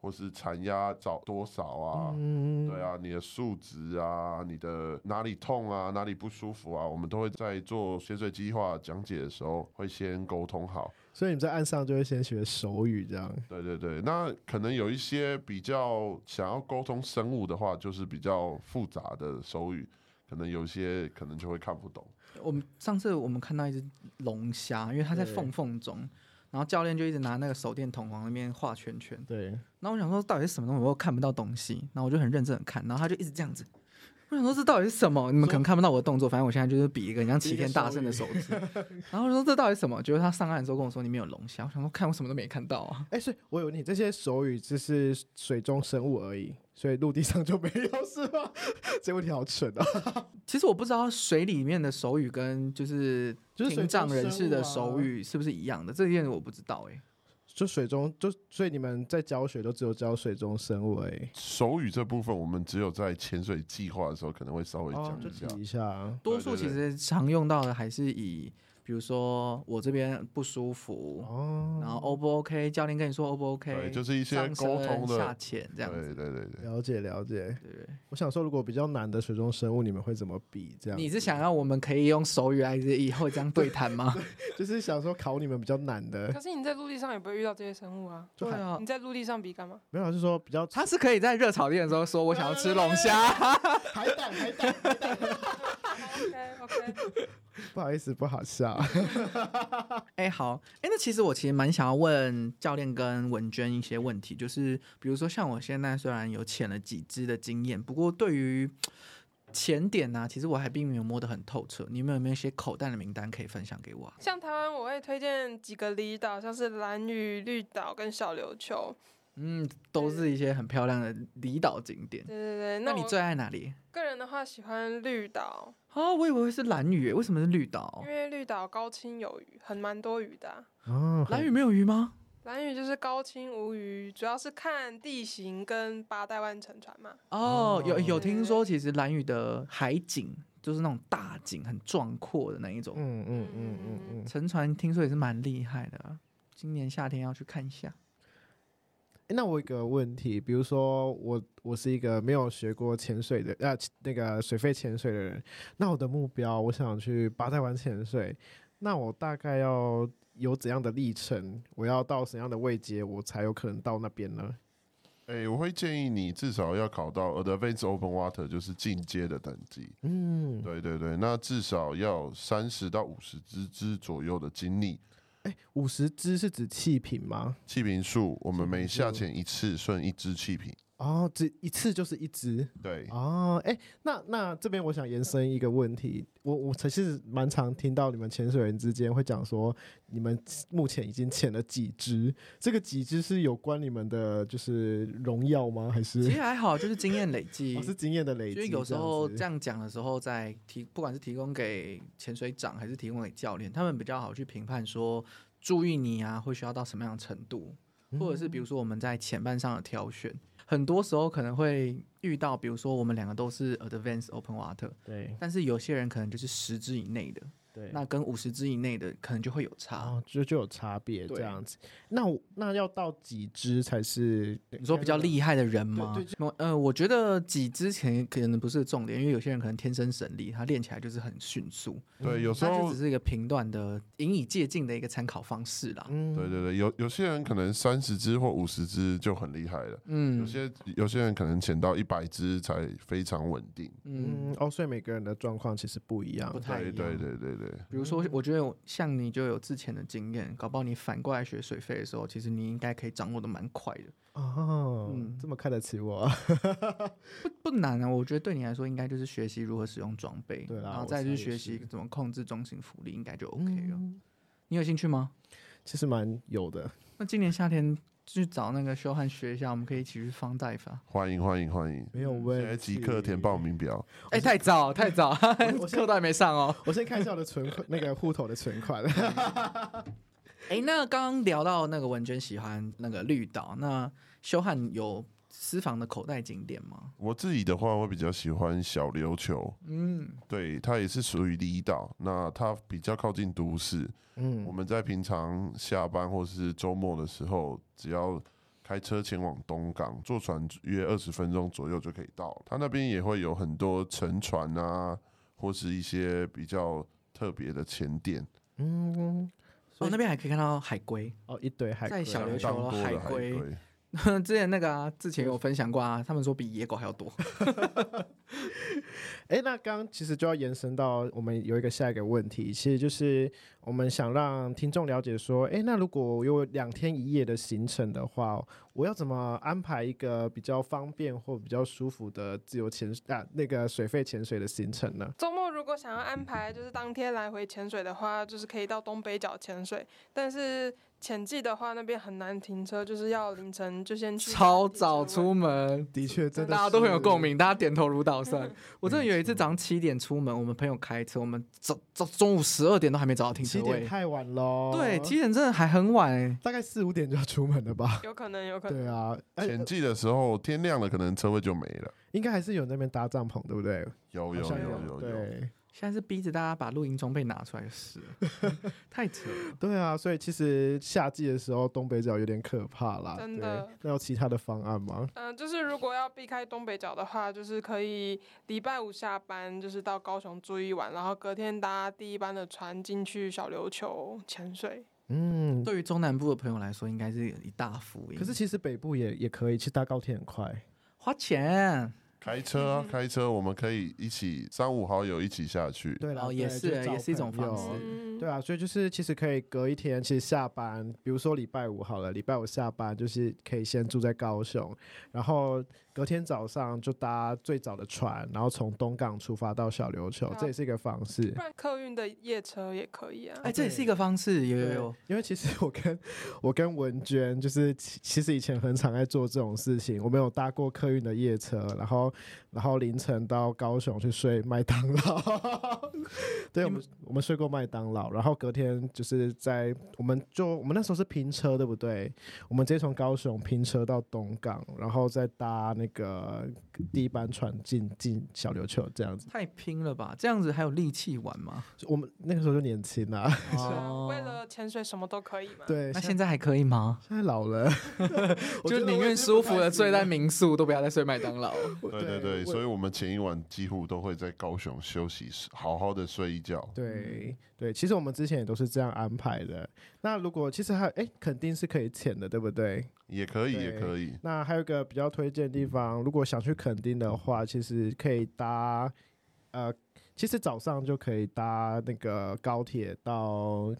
Speaker 3: 或是残压找多少啊，
Speaker 2: 嗯
Speaker 3: 对，啊，你的数值啊，你的哪里痛啊，哪里不舒服啊，我们都会在做潜水计划讲解的时候会先沟通好。
Speaker 2: 所以你们在岸上就会先学手语，这样。
Speaker 3: 对对对，那可能有一些比较想要沟通生物的话，就是比较复杂的手语，可能有些可能就会看不懂。
Speaker 1: 我们上次我们看到一只龙虾，因为它在
Speaker 2: 对
Speaker 1: 缝缝中，然后教练就一直拿那个手电筒往那边画圈圈。
Speaker 2: 对，
Speaker 1: 然后我想说到底是什么东西，我又看不到东西，然后我就很认真的看，然后他就一直这样子，我想说这到底是什么？你们可能看不到我的动作，反正我现在就是比一个你像
Speaker 2: 比一
Speaker 1: 齐
Speaker 2: 个
Speaker 1: 天大圣的手指。然后我说这到底是什么？结果他上岸的时候跟我说里面有龙虾，我想说看我什么都没看到啊。
Speaker 2: 哎、所以我有你这些手语只是水中生物而已，所以陆地上就没有是吗？这问题好蠢 啊！
Speaker 1: 其实我不知道水里面的手语跟就是
Speaker 2: 就是水
Speaker 1: 听障
Speaker 2: 中
Speaker 1: 人
Speaker 2: 生
Speaker 1: 士
Speaker 2: 物
Speaker 1: 的
Speaker 2: 啊
Speaker 1: 手语是不是一样的？这件我不知道哎、
Speaker 2: 就水中就所以你们在教学都只有教水中生物而已，
Speaker 3: 手语这部分，我们只有在潜水计划的时候可能会稍微
Speaker 2: 哦
Speaker 3: 讲，
Speaker 2: 就
Speaker 3: 一下。
Speaker 2: 提一下。啊
Speaker 1: 多数
Speaker 3: 对
Speaker 1: 其
Speaker 3: 对对
Speaker 1: 实常用到的还是以，比如说我这边不舒服，
Speaker 2: 哦，
Speaker 1: 然后 O 不 OK，教练跟你说 O 不 OK，
Speaker 3: 对，就是一些
Speaker 1: 上
Speaker 3: 沟
Speaker 1: 升
Speaker 3: 通
Speaker 1: 下
Speaker 3: 的，
Speaker 1: 潜这
Speaker 3: 对
Speaker 1: 样子，
Speaker 3: 对对对。
Speaker 2: 了解了解。
Speaker 1: 对不对？
Speaker 2: 我想说，如果比较难的水中生物，你们会怎么比？这样
Speaker 1: 你是想要我们可以用手语来以后这样对谈吗？
Speaker 2: 就是想说考你们比较难的
Speaker 4: 可，是你在陆地上也不会遇到这些生物啊，
Speaker 2: 就
Speaker 1: 对
Speaker 2: 还
Speaker 1: 啊
Speaker 4: 你，在陆地上比干嘛？
Speaker 2: 没有啊，是说比较
Speaker 1: 他是可以在热炒店的时候说我想要吃龙虾，
Speaker 2: 海胆海胆，
Speaker 4: OK OK，
Speaker 2: 不好意思，不好笑。
Speaker 1: 哎、好，哎、那其实我其实蛮想要问教练跟文娟一些问题，就是比如说像我现在虽然有潜了几支的经验，不过对于潜点呢、其实我还并没有摸得很透彻。你们有没有一些口袋的名单可以分享给我、啊？
Speaker 4: 像台湾我会推荐几个离岛，像是蓝屿、绿岛跟小琉球。
Speaker 1: 嗯，都是一些很漂亮的离岛景点。
Speaker 4: 对对对，
Speaker 1: 那
Speaker 4: 那
Speaker 1: 你
Speaker 4: 我
Speaker 1: 最爱哪里？
Speaker 4: 个人的话喜欢绿岛，
Speaker 1: 哦，我以哦为是蓝屿耶，为什么是绿岛
Speaker 4: 因？为绿岛高清有鱼，很蛮多鱼的啊、
Speaker 2: 哦，
Speaker 1: 蓝屿没有鱼吗？
Speaker 4: 蓝屿就是高清无鱼，主要是看地形跟八代湾沉船嘛。
Speaker 1: 哦
Speaker 2: 哦，
Speaker 1: 有有听说，其实蓝屿的海景就是那种大景，很壮阔的那一种。
Speaker 2: 嗯嗯嗯嗯嗯，
Speaker 1: 沉船听说也是蛮厉害的啊、今年夏天要去看一 下。
Speaker 2: 诶那我有一个问题，比如说我我是一个没有学过潜水的，呃，那个水肺潜水的人，那我的目标我想去八代湾潜水，那我大概要有怎样的历程？我要到怎样的位阶，我才有可能到那边呢？
Speaker 3: 哎、我会建议你至少要考到 Advanced Open Water，就是进阶的等级。
Speaker 2: 嗯，
Speaker 3: 对对对，那至少要三十到五十只只左右的精力。
Speaker 2: 哎五十只是指气瓶吗？
Speaker 3: 气瓶数，我们每
Speaker 2: 气瓶数
Speaker 3: 下潜一次算一只气瓶。
Speaker 2: 哦，只一次就是一只
Speaker 3: 对，
Speaker 2: 哦，哎、那那这边我想延伸一个问题，我我其实蛮常听到你们潜水员之间会讲说，你们目前已经潜了几只，这个几只是有关你们的就是荣耀吗？还
Speaker 1: 其
Speaker 2: 是
Speaker 1: 实还好，就是经验累积
Speaker 2: 哦、。是经验的累积
Speaker 1: 就是
Speaker 2: 这样子？
Speaker 1: 有时候这样讲的时候，在提不管是提供给潜水长还是提供给教练，他们比较好去评判说注意你啊会需要到什么样的程度，或者是比
Speaker 2: 嗯
Speaker 1: 如说我们在前半上的挑选，很多时候可能会遇到，比如说我们两个都是 advanced open water，
Speaker 2: 对
Speaker 1: 但是有些人可能就是十支以内的，
Speaker 2: 对，
Speaker 1: 那跟五十支以内的可能就会有差。
Speaker 2: 哦就就有差别
Speaker 1: 对
Speaker 2: 这样子。那我那要到几只才是
Speaker 1: 你说比较厉害的人吗？
Speaker 2: 对
Speaker 1: 没有呃，我觉得几之前可能不是重点，因为有些人可能天生神力，他练起来就是很迅速，
Speaker 3: 对，有时
Speaker 1: 他就
Speaker 3: 候
Speaker 1: 只，是一个评断的引以借鉴的一个参考方式啦。
Speaker 2: 嗯
Speaker 3: 对对对，有有些人可能三十只或五十只就很厉害了，有
Speaker 1: 嗯
Speaker 3: 些有些人可能潜到一百只才非常稳定。
Speaker 1: 嗯，
Speaker 2: 嗯哦，所以每个人的状况其实不一样
Speaker 1: 不。太一
Speaker 3: 对
Speaker 1: 样。
Speaker 3: 对对对对，
Speaker 1: 比如说，我觉得我像你就有之前的经验，搞不好你反过来学水费的时候，其实你应该可以掌握的蛮快的，
Speaker 2: 哦，
Speaker 1: 嗯
Speaker 2: 这么看得起我、啊？
Speaker 1: 不不难啊。我觉得对你来说，应该就是学习如何使用装备，
Speaker 2: 对啦
Speaker 1: 然后
Speaker 2: 我
Speaker 1: 再去
Speaker 2: 猜也
Speaker 1: 学习
Speaker 2: 是
Speaker 1: 怎么控制中型浮力，应该就 OK 了。你有兴趣吗？
Speaker 2: 其实蛮有的。
Speaker 1: 那今年夏天去找那个修汉学一下，我们可以一起去啊方大法。
Speaker 3: 欢迎欢迎欢迎，
Speaker 2: 没有问
Speaker 3: 嗯现
Speaker 2: 题。
Speaker 3: 在即刻填报。名表。
Speaker 1: 哎、太早太早，
Speaker 2: 我 先
Speaker 1: 课都还没上哦。
Speaker 2: 我先看一下我的存 款，那个户头的存款。
Speaker 1: 哎、那刚刚聊到那个文娟喜欢那个绿岛，那修汉有私房的口袋景点吗？
Speaker 3: 我自己的话，我比较喜欢小琉球，
Speaker 1: 嗯，
Speaker 3: 对，它也是属于离岛，那它比较靠近都市。我
Speaker 2: 嗯，
Speaker 3: 们在平常下班或是周末的时候，只要开车前往东港，坐船约二十分钟左右就可以到。它那边也会有很多沉船啊，或是一些比较特别的潜点。
Speaker 2: 嗯，所
Speaker 1: 哦
Speaker 2: 以，
Speaker 1: 那边还可以看到海龟。
Speaker 2: 哦，一堆海
Speaker 1: 在
Speaker 2: 龟
Speaker 1: 小琉
Speaker 3: 相
Speaker 1: 球
Speaker 3: 当多的
Speaker 1: 海
Speaker 3: 海
Speaker 1: 龟之前那个啊，之前有分享过啊，他们说比野狗还要多。
Speaker 2: 哎，那刚刚其实就要延伸到我们有一个下一个问题，其实就是我们想让听众了解说，诶，那如果我有两天一夜的行程的话，我要怎么安排一个比较方便或比较舒服的自由潜啊那个水肺潜水的行程呢？
Speaker 4: 周末如果想要安排就是当天来回潜水的话，就是可以到东北角潜水，但是潜季的话那边很难停车，就是要凌晨就先去
Speaker 1: 超
Speaker 4: 停车
Speaker 1: 早
Speaker 4: 位
Speaker 1: 出门，
Speaker 2: 的确，真的
Speaker 1: 大家都很有
Speaker 2: 是嗯
Speaker 1: 共。鸣，大家点头如捣 蒜。我真的有一次早上七点出门，我们朋友开车，我们早早中午十二点都还没找到停车
Speaker 2: 七点
Speaker 1: 位。
Speaker 2: 太哦晚喽，
Speaker 1: 对，七点真的还很晚哎、
Speaker 2: 大概四五点就要出门了 吧？
Speaker 4: 有可能有可能。
Speaker 2: 对啊，哎、
Speaker 3: 前季的时候天亮了，可能车位就没了。
Speaker 2: 应该还是有那边搭帐篷，对不对？
Speaker 3: 有
Speaker 2: 好
Speaker 3: 有
Speaker 2: 像
Speaker 3: 有
Speaker 2: 有
Speaker 3: 有有，
Speaker 2: 对
Speaker 1: 现在是逼着大家把露营装备拿出来就是了， 太扯了。
Speaker 2: 对啊，所以其实夏季的时候东北角有点可怕啦。
Speaker 4: 真
Speaker 2: 对
Speaker 4: 的，
Speaker 2: 那有其他的方案吗？
Speaker 4: 嗯、就是如果要避开东北角的话，就是可以礼拜五下班，就是到高雄住一晚，然后隔天搭第一班的船进去小琉球潜水。
Speaker 2: 嗯，
Speaker 1: 对于中南部的朋友来说，应该是一大福音。
Speaker 2: 可是其实北部也也可以，其实搭高铁很快。
Speaker 1: 花钱，
Speaker 3: 开车啊
Speaker 4: 嗯
Speaker 3: 开车，我们可以一起三五好友一起下去。
Speaker 2: 对啦，
Speaker 1: 哦也
Speaker 2: 对
Speaker 1: 是
Speaker 2: 就找
Speaker 1: 也是一种
Speaker 2: 朋友
Speaker 1: 方式
Speaker 4: 嗯，
Speaker 2: 对啊，所以就是其实可以隔一天，其实下班，比如说礼拜五好了，礼拜五下班就是可以先住在高雄，然后隔天早上就搭最早的船，然后从东港出发到小琉球，
Speaker 4: 好
Speaker 2: 这也是一个方式
Speaker 4: 不。然客运的夜车也可以啊。
Speaker 1: 哎、这也是一个方式，有有
Speaker 2: 对
Speaker 1: 有。，
Speaker 2: 因为其实 我跟我跟文娟就是其其实以前很常在做这种事情，我们有搭过客运的夜车，然后然后凌晨到高雄去睡麦当劳， 对我们我们睡过麦当劳，然后隔天就是在我们就我们那时候是拼车对不对？我们直接从高雄拼车到东港，然后再搭那个第一班船进进小琉球这样子。
Speaker 1: 太拼了吧！这样子还有力气玩 吗？
Speaker 2: 我们那个时候就年轻啊，
Speaker 4: 是啊，为了潜水什么都可以嘛。
Speaker 2: 对，
Speaker 1: 那
Speaker 2: 现
Speaker 1: 现在还可以吗？
Speaker 2: 现在 老了，我觉
Speaker 1: 就
Speaker 2: 得
Speaker 1: 宁
Speaker 2: 我已
Speaker 1: 愿
Speaker 2: 经
Speaker 1: 舒
Speaker 2: 不
Speaker 1: 服
Speaker 2: 太
Speaker 1: 的
Speaker 2: 行
Speaker 1: 睡在
Speaker 2: 了
Speaker 1: 民宿，都不要再睡麦当劳。
Speaker 3: 对对对，
Speaker 2: 我
Speaker 3: 所以我们前一晚几乎都会在高雄休息，好好的睡一觉。
Speaker 2: 对对，其实我们之前也都是这样安排的。那如果其实还哎，肯定是可以潜的，对不对？
Speaker 3: 也可以，
Speaker 2: 对
Speaker 3: 也可以。
Speaker 2: 那还有一个比较推荐的地方，如果想去垦丁的话，其实可以搭呃，其实早上就可以搭那个高铁到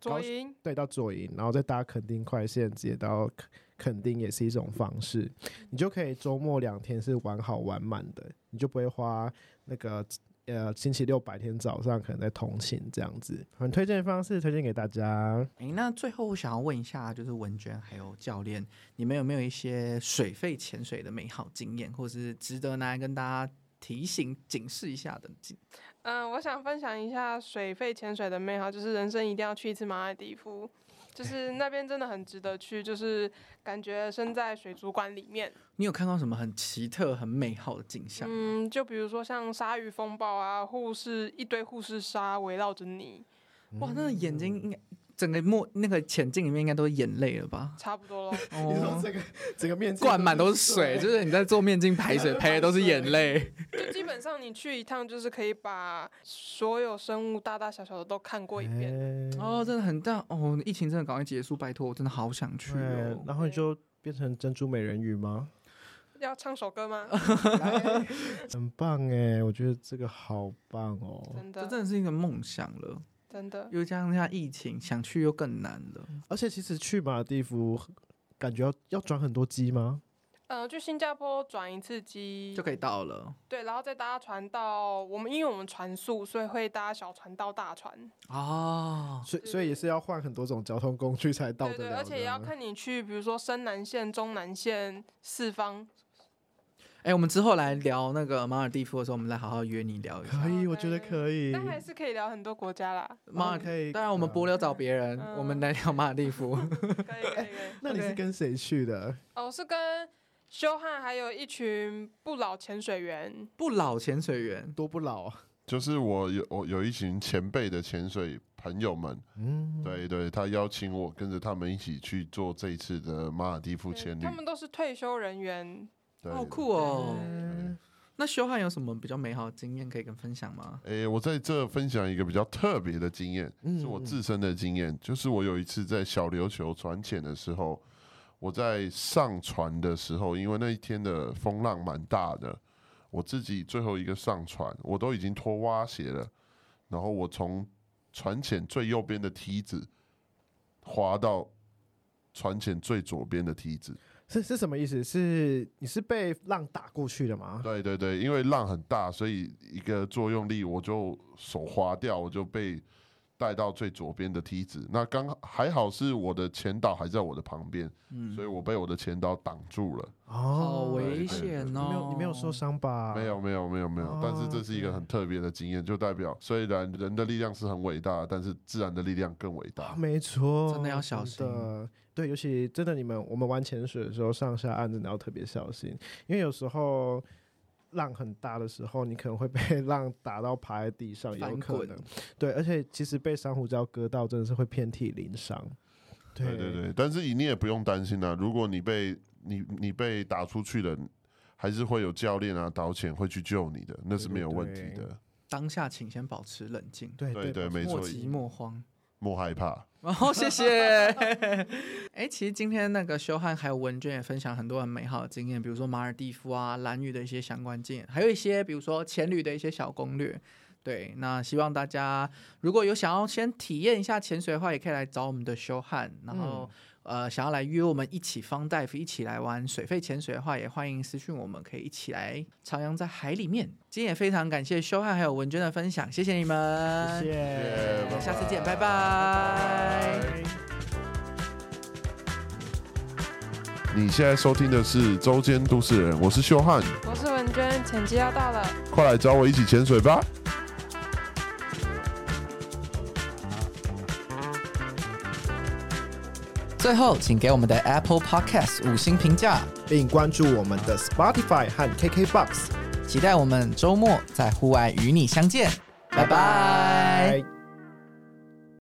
Speaker 4: 左营
Speaker 2: 对到左营，然后再搭垦丁快线直接到垦垦丁，也是一种方式。
Speaker 1: 嗯
Speaker 2: 你就可以周末两天是玩好玩满的，你就不会花那个呃星期六白天早上可能在通勤这样子。很推荐的方式，推荐给大家。
Speaker 1: 哎、那最后我想要问一下，就是文娟还有教练，你们有没有一些水肺潜水的美好经验，或是值得拿来跟大家提醒、警示一下的经？
Speaker 4: 嗯，我想分享一下水肺潜水的美好，就是人生一定要去一次马尔代夫，就是那边真的很值得去，就是感觉身在水族馆里面。
Speaker 1: 你有看到什么很奇特、很美好的景象？
Speaker 4: 嗯，就比如说像鲨鱼风暴啊，护士一堆护士鲨围绕着你，
Speaker 1: 哇，那眼睛应该整个墨那个潜镜里面应该都是眼泪了吧？
Speaker 4: 差不多咯。
Speaker 2: 你说
Speaker 1: 哦，
Speaker 2: 这个这个面
Speaker 1: 灌满都是
Speaker 2: 啊
Speaker 1: 水，就是你在做面镜排水，排的都是眼 泪。
Speaker 4: 就基本上你去一趟，就是可以把所有生物大大小小的都看过一遍。
Speaker 2: 哎
Speaker 1: 哦，真的很大哦！疫情真的赶快结束，拜托，我真的好想去
Speaker 2: 对
Speaker 1: 哦，。
Speaker 2: 然后你就变成珍珠美人鱼吗？
Speaker 4: 要唱首歌吗？
Speaker 2: 哦很棒哎，我觉得这个好棒哦。
Speaker 4: 真
Speaker 1: 这
Speaker 4: 的，
Speaker 1: 真的是一个梦想了，
Speaker 4: 真的，
Speaker 1: 又加上现在疫情，想去又更难了。
Speaker 2: 而且其实去马尔地夫，感觉要要转很多机吗？
Speaker 4: 呃，去新加坡转一次机
Speaker 1: 就可以到了
Speaker 4: 对，然后再搭船到我们，因为我们船速，所以会搭小船到大船。
Speaker 1: 哦。
Speaker 2: 所以
Speaker 4: 对
Speaker 2: 所以也是要换很多种交通工具才到
Speaker 4: 对
Speaker 2: 得
Speaker 4: 对，
Speaker 2: 了。
Speaker 4: 而且也要。看你去，比如说深南线、中南线、四方。
Speaker 1: 哎、我们之后来聊那个马尔蒂夫的时候，我们来好好约你聊一下。
Speaker 2: 可以，我觉得
Speaker 4: OK
Speaker 2: 可以。
Speaker 4: 但还是可以聊很多国家 啦。
Speaker 1: 马尔
Speaker 2: 可以
Speaker 1: 当然我们不聊找别人，
Speaker 4: 嗯
Speaker 1: 我们来聊马尔蒂夫。
Speaker 4: 可以可以可以。
Speaker 2: 那你是
Speaker 1: OK
Speaker 2: 跟谁去的？
Speaker 4: 哦，是跟修汉还有一群不老潜水员。
Speaker 1: 不老潜水员，
Speaker 2: 多不老 啊。
Speaker 3: 就是我有我有一群前辈的潜水朋友们，
Speaker 2: 嗯，
Speaker 3: 对对，他邀请我跟着他们一起去做这一次的马尔蒂夫
Speaker 4: 对
Speaker 3: 潜旅
Speaker 4: 他，们都是退休人员，
Speaker 3: 对
Speaker 1: 好酷哦！
Speaker 2: 嗯。
Speaker 1: 那修汉有什么比较美好的经验可以跟分享吗？
Speaker 3: 诶，我在这分享一个比较特别的经验，
Speaker 2: 嗯
Speaker 3: 是我自身的经验，就是我有一次在小琉球船潜的时候，我在上船的时候，因为那一天的风浪蛮大的，我自己最后一个上船，我都已经脱蛙鞋了，然后我从船潜最右边的梯子滑到船潜最左边的梯子。
Speaker 2: 是是什么意思？是你是被浪打过去的 吗？
Speaker 3: 对对对，因为浪很大，所以一个作用力，我就手滑掉，我就被带到最左边的梯子。那刚好还好是我的前导还在我的旁边，
Speaker 1: 嗯
Speaker 3: 所以我被我的前导挡住了。
Speaker 1: 好
Speaker 2: 哦，
Speaker 1: 危
Speaker 3: 对
Speaker 1: 险
Speaker 2: 你
Speaker 1: 哦！
Speaker 2: 没有你没有受伤吧？
Speaker 3: 没有没有没有没有，但是这是一个很特别的经验，就代表虽然人的力量是很伟大，但是自然的力量更伟
Speaker 2: 啊，
Speaker 3: 大。
Speaker 2: 没错，
Speaker 1: 真的要小
Speaker 2: 真的对，尤其真的你们我们玩潜水的时候，上下岸真的要特别小心，因为有时候浪很大的时候，你可能会被 浪打到趴在地上，有
Speaker 1: 翻
Speaker 2: 可
Speaker 1: 滚
Speaker 2: 能。对，而且其实被珊瑚礁割到，真的是会遍体鳞伤。
Speaker 3: 对对对，但是你也不用担心啊，如果你被你你被打出去了，还是会有教练啊、导潜会去救你的，那是没有问题
Speaker 2: 对对
Speaker 3: 的，
Speaker 1: 当下请先保持冷静，
Speaker 2: 对
Speaker 3: 对对没
Speaker 1: 哎莫
Speaker 3: 错
Speaker 1: 急莫慌。
Speaker 3: 莫害怕。
Speaker 1: 然后哦谢谢。 哎，其实今天那个修汉还有文娟也分享很多很美好的经验，比如说马尔蒂夫啊、蓝屿的一些相关经验，还有一些比如说潜旅的一些小攻略。对，那希望大家如果有想要先体验一下潜水的话，也可以来找我们的修汉。然
Speaker 2: 嗯
Speaker 1: 后、呃，想要来约我们一起方大夫一起来玩水肺潜水的话，也欢迎私讯我们，可以一起来徜徉在海里面。今天也非常感谢修汉还有文娟的分享，谢谢你们，
Speaker 2: 谢
Speaker 3: 谢
Speaker 2: 谢
Speaker 3: 谢，拜拜
Speaker 1: 下次见，拜拜。
Speaker 3: 你现在收听的是《周间都市人》，我是修汉，
Speaker 4: 我是文娟，潜机要到了。
Speaker 3: 快来找我一起潜水吧。
Speaker 1: 最后，请给我们的 Apple Podcast 五星评价，
Speaker 2: 并关注我们的 Spotify 和 KKBox。
Speaker 1: 期待我们周末在户外与你相见，拜拜
Speaker 2: 拜